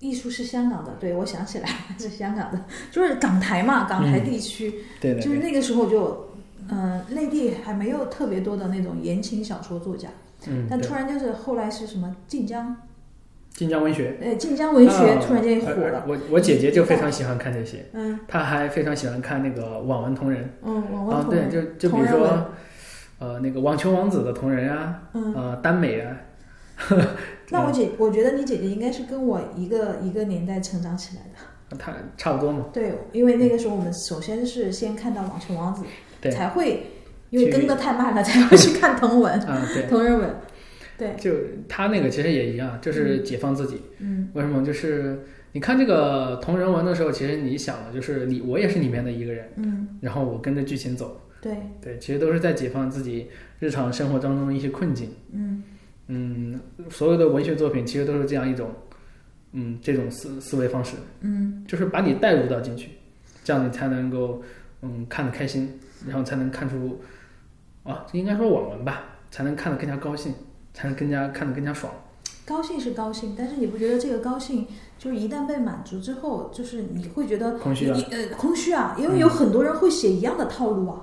Speaker 2: 艺术是香港的，对我想起来是香港的， 就是港台嘛，港台地区，
Speaker 1: 嗯对对
Speaker 2: 就是
Speaker 1: 对，
Speaker 2: 那个时候就，呃，内地还没有特别多的那种言情小说作家，
Speaker 1: 嗯，
Speaker 2: 但
Speaker 1: 对
Speaker 2: 突然就是后来是什么晋江，
Speaker 1: 晋江文学
Speaker 2: 呃，晋江文学
Speaker 1: 啊
Speaker 2: 突然间火
Speaker 1: 呃
Speaker 2: 了，
Speaker 1: 我我姐姐就非常喜欢看这些，
Speaker 2: 嗯
Speaker 1: 她还非常喜欢看那个网文同人。
Speaker 2: 嗯，网文
Speaker 1: 啊，
Speaker 2: 同
Speaker 1: 对，
Speaker 2: 人，
Speaker 1: 就就比
Speaker 2: 同
Speaker 1: 如
Speaker 2: 人文
Speaker 1: 说，呃，那个网球王子的同人啊，
Speaker 2: 嗯，
Speaker 1: 呃，耽美啊，
Speaker 2: 那我姐，我觉得你姐姐应该是跟我一个一个年代成长起来的。
Speaker 1: 它差不多嘛。
Speaker 2: 对，因为那个时候我们首先是先看到《网球王子
Speaker 1: 对》，
Speaker 2: 才会因为
Speaker 1: 去
Speaker 2: 跟的太慢了，才会去看同文、
Speaker 1: 啊， 对，
Speaker 2: 同人文。对，
Speaker 1: 就他那个其实也一样，就是解放自己。
Speaker 2: 嗯
Speaker 1: 为什么？就是你看这个同人文的时候，其实你想的就是你，我也是里面的一个人，
Speaker 2: 嗯，
Speaker 1: 然后我跟着剧情走。
Speaker 2: 对，
Speaker 1: 对，其实都是在解放自己日常生活当中的一些困境。
Speaker 2: 嗯
Speaker 1: 嗯，所有的文学作品其实都是这样一种，嗯，这种思思维方式。
Speaker 2: 嗯，
Speaker 1: 就是把你带入到进去，这样你才能够嗯看得开心，然后才能看出啊，应该说网文吧，才能看得更加高兴，才能更加看得更加爽。
Speaker 2: 高兴是高兴，但是你不觉得这个高兴就是一旦被满足之后，就是你会觉得
Speaker 1: 空虚啊
Speaker 2: 你呃空虚啊，因为有很多人会写一样的套路啊。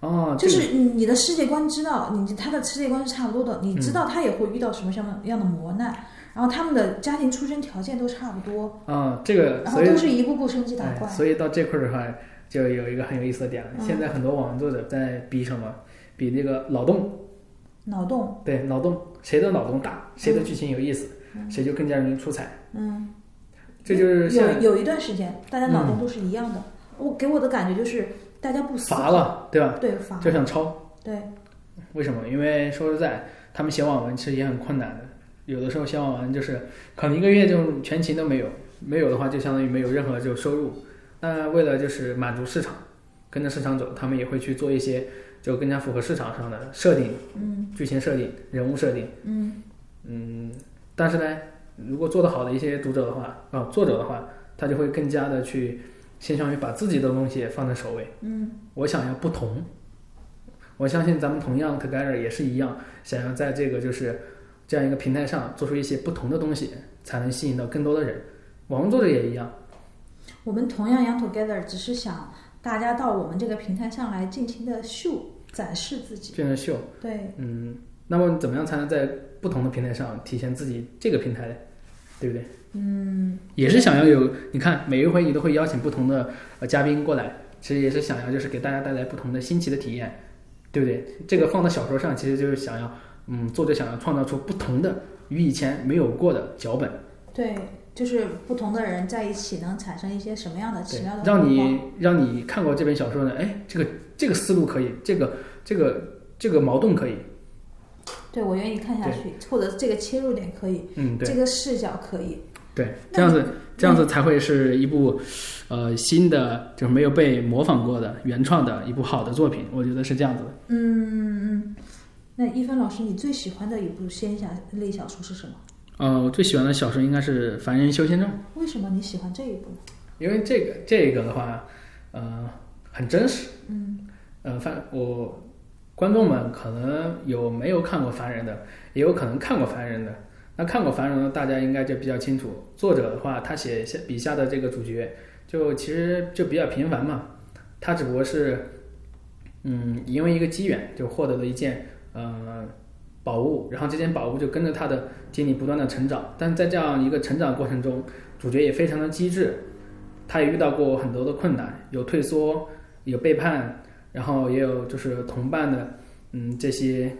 Speaker 1: 哦，
Speaker 2: 就
Speaker 1: 这个
Speaker 2: 是你你的世界观知道，你他的世界观是差不多的，你知道他也会遇到什么样的样的磨难，然后他们的家庭出身条件都差不多，
Speaker 1: 啊，这个
Speaker 2: 然后
Speaker 1: 所以
Speaker 2: 都是一步步升级打
Speaker 1: 哎，
Speaker 2: 怪。
Speaker 1: 所以到这块儿的话，就有一个很有意思的点了。
Speaker 2: 嗯
Speaker 1: 现在很多网文作者在比什么？比那个脑洞，
Speaker 2: 脑洞，
Speaker 1: 对脑洞，谁的脑洞大，谁的剧情有意思，谁就更加容易出彩。
Speaker 2: 嗯，
Speaker 1: 这就是现在嗯
Speaker 2: 有有一段时间大家脑洞都是一样的，我给我的感觉就是大家不思
Speaker 1: 乏
Speaker 2: 考，
Speaker 1: 了，对吧？
Speaker 2: 对乏，
Speaker 1: 就想抄。
Speaker 2: 对，
Speaker 1: 为什么？因为说实在，他们写网文其实也很困难的。有的时候写网文就是可能一个月就全勤都没有，没有的话就相当于没有任何就收入。那为了就是满足市场，跟着市场走，他们也会去做一些就更加符合市场上的设定、
Speaker 2: 嗯
Speaker 1: 剧情设定、人物设定。
Speaker 2: 嗯
Speaker 1: 嗯，但是呢，如果做得好的一些读者的话，啊、作者的话，他就会更加的去倾向于把自己的东西放在首位。
Speaker 2: 嗯
Speaker 1: 我想要不同。我相信咱们同样 Together 也是一样，想要在这个就是这样一个平台上做出一些不同的东西，才能吸引到更多的人。网络作者也一样，
Speaker 2: 我们同样 Young Together 只是想大家到我们这个平台上来尽情的秀展示自己，
Speaker 1: 这样的秀，
Speaker 2: 对。
Speaker 1: 嗯，那么怎么样才能在不同的平台上体现自己这个平台嘞？对不对？嗯，也是想要有，你看每一回你都会邀请不同的呃嘉宾过来，其实也是想要就是给大家带来不同的新奇的体验，对不对？这个放到小说上，其实就是想要，嗯，作者想要创造出不同的与以前没有过的脚本，
Speaker 2: 对，就是不同的人在一起能产生一些什么样的奇
Speaker 1: 对
Speaker 2: 妙的，
Speaker 1: 让
Speaker 2: 火花
Speaker 1: 你让你看过这本小说呢，哎，这个这个思路可以，这个这个这个矛盾可以，
Speaker 2: 对我愿意看下去，或者这个切入点可以，
Speaker 1: 嗯，对
Speaker 2: 这。个视角可以，
Speaker 1: 对，
Speaker 2: 那
Speaker 1: 这样子
Speaker 2: 你
Speaker 1: 这样子才会是一部呃新的，就是没有被模仿过的原创的一部好的作品，我觉得是这样子的。
Speaker 2: 嗯嗯。那一帆老师，你最喜欢的一部仙侠类小说是什么？
Speaker 1: 呃，我最喜欢的小说应该是《凡人修仙传》，
Speaker 2: 为什么你喜欢这一部呢？
Speaker 1: 因为这个这个的话，呃，很真实。
Speaker 2: 嗯
Speaker 1: 呃，凡我观众们可能有没有看过《凡人》的，也有可能看过《凡人》的。那看过《凡人》的，大家应该就比较清楚。作者的话，他写下笔下的这个主角，就其实就比较平凡嘛。他只不过是，嗯，因为一个机缘，就获得了一件呃宝物，然后这件宝物就跟着他的经历不断的成长。但是在这样一个成长过程中，主角也非常的机智，他也遇到过很多的困难，有退缩，有背叛，然后也有就是同伴的，嗯，这些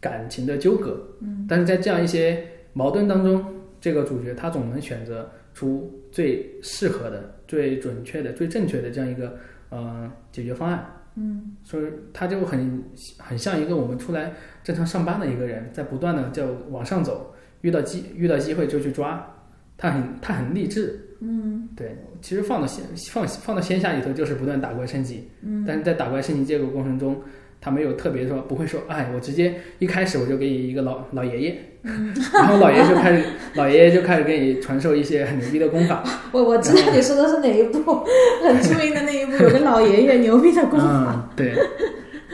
Speaker 1: 感情的纠葛。嗯，但是在这样一些矛盾当中，这个主角他总能选择出最适合的、最准确的、最正确的这样一个呃解决方案。
Speaker 2: 嗯
Speaker 1: 所以他就很很像一个我们出来正常上班的一个人，在不断的就往上走，遇到机遇到机会就去抓，他很他很励志。
Speaker 2: 嗯
Speaker 1: 对，其实放到线放放到线下里头就是不断打怪升级，
Speaker 2: 嗯，
Speaker 1: 但是在打怪升级这个过程中，他没有特别说不会说，哎，我直接一开始我就给你一个老老爷爷，
Speaker 2: 嗯
Speaker 1: 然后老爷就开始老爷爷就开始给你传授一些很牛逼的功法，
Speaker 2: 我我知
Speaker 1: 嗯
Speaker 2: 道你说的是哪一部，很著名的那一部，有个老爷爷牛逼的 功法。嗯
Speaker 1: 嗯，对，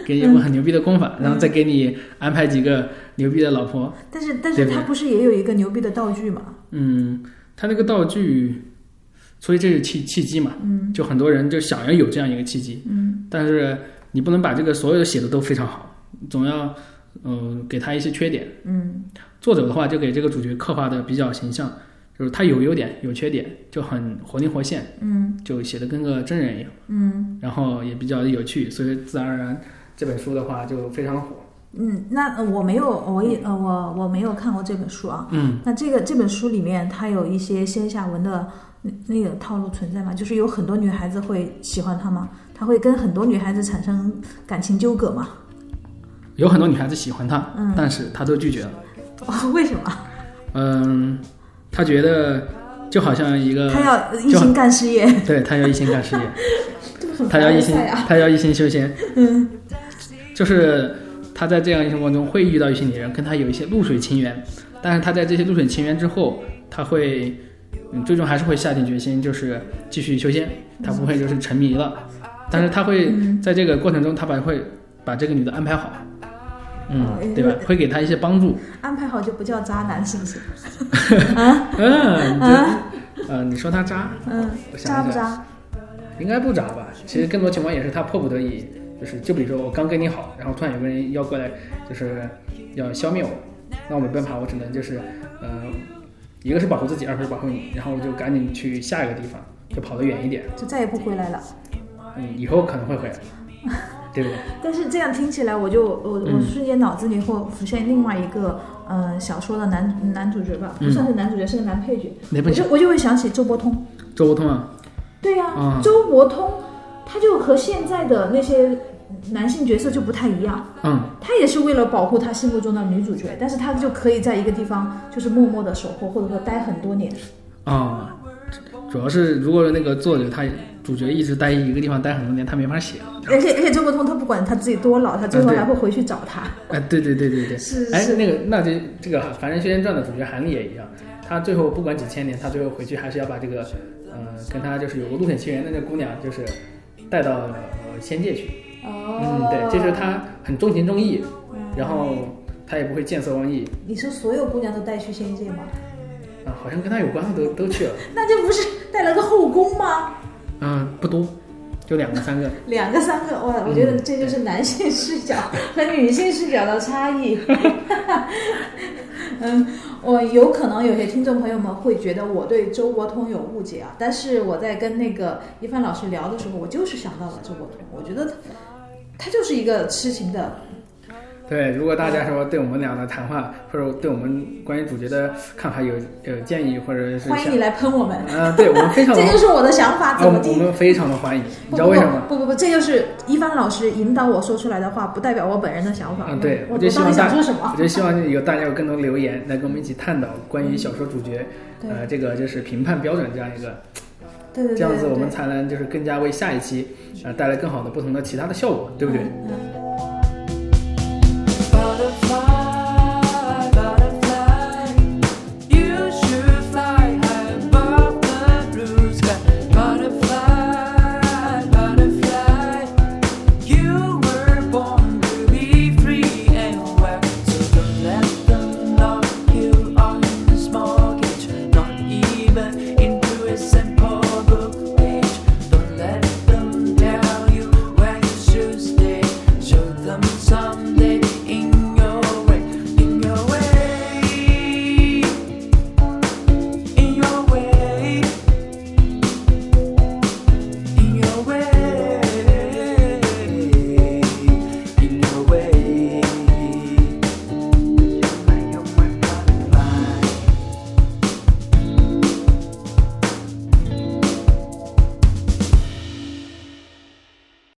Speaker 1: 给你一个很牛逼的功法，然后再给你安排几个牛逼的老婆。
Speaker 2: 但是但
Speaker 1: 对
Speaker 2: 是
Speaker 1: 不对
Speaker 2: 他不是也有一个牛逼的道具嘛？
Speaker 1: 嗯，他那个道具，所以这是契契机嘛，
Speaker 2: 嗯
Speaker 1: 就很多人就想要有这样一个契机，
Speaker 2: 嗯
Speaker 1: 但是你不能把这个所有的写的都非常好，总要嗯、呃给他一些缺点。
Speaker 2: 嗯
Speaker 1: 作者的话就给这个主角刻画的比较形象，就是他有优点有缺点，就很活灵活现，
Speaker 2: 嗯
Speaker 1: 就写的跟个真人一样，
Speaker 2: 嗯
Speaker 1: 然后也比较有趣，所以自然而然这本书的话就非常火。
Speaker 2: 嗯，那我没有，我也呃我我没有看过这本书啊。
Speaker 1: 嗯，
Speaker 2: 那这个这本书里面，它有一些仙侠文的那那个套路存在吗？就是有很多女孩子会喜欢他吗？他会跟很多女孩子产生感情纠葛吗？
Speaker 1: 有很多女孩子喜欢他，
Speaker 2: 嗯
Speaker 1: 但是他都拒绝了。
Speaker 2: 哦，为什么？
Speaker 1: 嗯，他觉得就好像一个
Speaker 2: 他要一心干事业，
Speaker 1: 对他要一心干事业，
Speaker 2: 这不很
Speaker 1: 他要一心
Speaker 2: 凡尔赛啊？
Speaker 1: 他要一心修仙，
Speaker 2: 嗯
Speaker 1: 就是他在这样一生活中会遇到一些女人，跟他有一些露水情缘，但是他在这些露水情缘之后，他会嗯最终还是会下定决心，就是继续修仙，他不会就是沉迷了，但是他会
Speaker 2: 嗯
Speaker 1: 在这个过程中，他把会把这个女的安排好。
Speaker 2: 哦
Speaker 1: 嗯，对吧？会给他一些帮助。
Speaker 2: 安排好就不叫渣男，是不是？
Speaker 1: 嗯，你就，呃，你说他渣，
Speaker 2: 嗯，
Speaker 1: 我想
Speaker 2: 啊渣
Speaker 1: 一
Speaker 2: 不
Speaker 1: 想
Speaker 2: 渣？
Speaker 1: 应该不渣吧？其实更多情况也是他迫不得已，就是就比如说我刚跟你好，然后突然有个人要过来，就是要消灭我，那我没办法，我只能就是，嗯、一个是保护自己，二个是保护你，然后我就赶紧去下一个地方，就跑得远一点，
Speaker 2: 就再也不回来了。
Speaker 1: 嗯，以后可能会回来，对不对？
Speaker 2: 但是这样听起来，我就我我
Speaker 1: 嗯
Speaker 2: 瞬间脑子里会浮现另外一个呃小说的男男主角吧，不
Speaker 1: 嗯
Speaker 2: 算是男主角，是个男配角。
Speaker 1: 哪
Speaker 2: 我
Speaker 1: 本小
Speaker 2: 就我就会想起周伯通。
Speaker 1: 周伯通啊？
Speaker 2: 对呀、
Speaker 1: 嗯
Speaker 2: 周伯通他就和现在的那些男性角色就不太一样，
Speaker 1: 嗯，
Speaker 2: 他也是为了保护他心目中的女主角，但是他就可以在一个地方就是默默的守候，或者说待很多年。
Speaker 1: 啊、主要是如果那个作者他主角一直待一个地方待很多年，他没法写。
Speaker 2: 而且而且周伯通他不管他自己多老，他最
Speaker 1: 嗯
Speaker 2: 后
Speaker 1: 对
Speaker 2: 还会回去找他。
Speaker 1: 哎，对对对对对，
Speaker 2: 是
Speaker 1: 哎，
Speaker 2: 是，
Speaker 1: 那个，那这这个《凡人修仙传》的主角韩立也一样，他最后不管几千年，他最后回去还是要把这个，呃，跟他就是有个露水情缘的那个姑娘，就是带到呃仙界去。嗯，
Speaker 2: 哦，
Speaker 1: 对，这是。他很重情重义，
Speaker 2: 嗯
Speaker 1: 然后他也不会见色忘义。
Speaker 2: 哦你说所有姑娘都带去仙界吗？
Speaker 1: 啊、好像跟他有关的都都去了。
Speaker 2: 那就不是带了个后宫吗？
Speaker 1: 嗯，不多，就两个三个。
Speaker 2: 两个三个，哇！
Speaker 1: 嗯
Speaker 2: 我觉得这就是男性视角和女性视角的差异。 嗯，我有可能有些听众朋友们会觉得我对周伯通有误解啊，但是我在跟那个一帆老师聊的时候，我就是想到了周伯通，我觉得他他就是一个痴情的，
Speaker 1: 对，如果大家说对我们俩的谈话，或者对我们关于主角的看法有有建议，或者是
Speaker 2: 欢迎
Speaker 1: 想
Speaker 2: 你，来喷我们，
Speaker 1: 嗯、 对我们非常
Speaker 2: 这就是我的想法，
Speaker 1: 啊，
Speaker 2: 怎
Speaker 1: 我
Speaker 2: 么
Speaker 1: 们我
Speaker 2: 地？
Speaker 1: 们非常的欢迎，你
Speaker 2: 不
Speaker 1: 知道为什么吗？
Speaker 2: 不不不不，这就是一帆老师引导我说出来的话，不代表我本人的想法。
Speaker 1: 嗯对
Speaker 2: 我
Speaker 1: 我就
Speaker 2: 我
Speaker 1: 希
Speaker 2: 到
Speaker 1: 望
Speaker 2: 底想
Speaker 1: 大
Speaker 2: 说什么
Speaker 1: 我？就希望有大家有更多留言来跟我们一起探讨关于小说主角，
Speaker 2: 嗯对
Speaker 1: 呃，这个就是评判标准这样一个，
Speaker 2: 对对对，
Speaker 1: 这样子
Speaker 2: 对
Speaker 1: 我们
Speaker 2: 对
Speaker 1: 才能就是更加为下一期，呃，带来更好的不同的其他的效果，对不对？
Speaker 2: 嗯嗯